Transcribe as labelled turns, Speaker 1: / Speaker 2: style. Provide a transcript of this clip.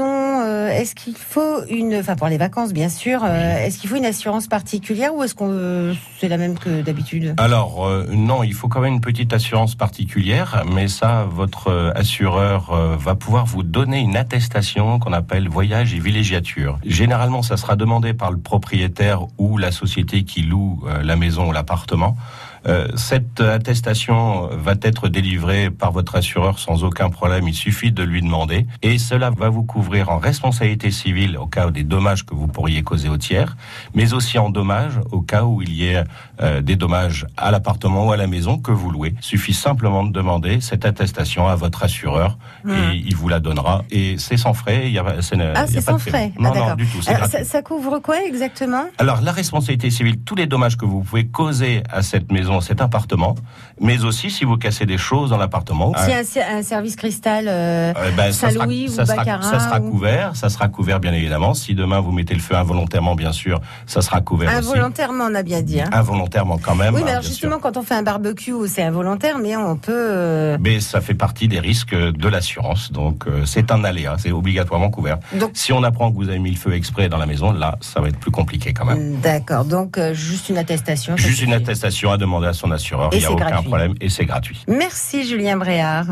Speaker 1: euh, est-ce qu'il faut une, enfin pour les vacances bien sûr, euh, est-ce qu'il faut une assurance particulière ou est-ce qu'on euh, c'est la même que d'habitude
Speaker 2: Alors euh, non, il faut quand même une petite assurance particulière, mais ça, votre euh, assureur euh, va pouvoir vous donner une attestation qu'on appelle voyage et villégiature. Généralement, ça sera demandé par le propriétaire ou la société qui loue euh, la maison ou l'appartement. Euh, cette attestation va être délivrée par votre assureur sans aucun problème, il suffit de lui demander et cela va vous couvrir en responsabilité civile au cas où des dommages que vous pourriez causer aux tiers, mais aussi en dommages au cas où il y ait euh, des dommages à l'appartement ou à la maison que vous louez. Suffit simplement de demander cette attestation à votre assureur
Speaker 1: Hmm.
Speaker 2: et il vous la donnera et c'est sans frais, il y a, c'est,
Speaker 1: Ah,
Speaker 2: il y a
Speaker 1: c'est
Speaker 2: pas
Speaker 1: sans
Speaker 2: de frais.
Speaker 1: frais. Ah,
Speaker 2: Non, non,
Speaker 1: d'accord.
Speaker 2: du tout, c'est
Speaker 1: Alors,
Speaker 2: gratuit.
Speaker 1: ça, ça couvre quoi exactement
Speaker 2: Alors la responsabilité civile, tous les dommages que vous pouvez causer à cette maison, à cet appartement, mais aussi si vous cassez des choses dans l'appartement.
Speaker 1: Si un, si un service cristal, euh,
Speaker 2: euh, ben, ça sera-
Speaker 1: Saint-Louis ou
Speaker 2: ça sera-
Speaker 1: Baccarat
Speaker 2: ça sera
Speaker 1: ou-
Speaker 2: couvert, ça sera couvert bien évidemment. Si demain vous mettez le feu involontairement, bien sûr, ça sera couvert
Speaker 1: involontairement, on a bien dit. hein.
Speaker 2: aussi. Involontairement quand même.
Speaker 1: oui,
Speaker 2: hein,
Speaker 1: mais alors
Speaker 2: bien sûr.
Speaker 1: justement, quand on fait un barbecue, c'est involontaire, mais on peut. euh,
Speaker 2: Mais ça fait partie des risques de l'assurance, donc euh, c'est un aléa, c'est obligatoirement couvert.
Speaker 1: Donc,
Speaker 2: Si on apprend que vous avez mis le feu exprès dans la maison, là, ça va être plus compliqué quand même.
Speaker 1: d'accord. Donc, euh, juste une attestation. ça
Speaker 2: Juste une
Speaker 1: suffit.
Speaker 2: attestation à demander à son assureur,
Speaker 1: Et
Speaker 2: il n'y a
Speaker 1: c'est
Speaker 2: aucun
Speaker 1: gratuit.
Speaker 2: problème et c'est gratuit.
Speaker 1: Merci, Julien Bréard.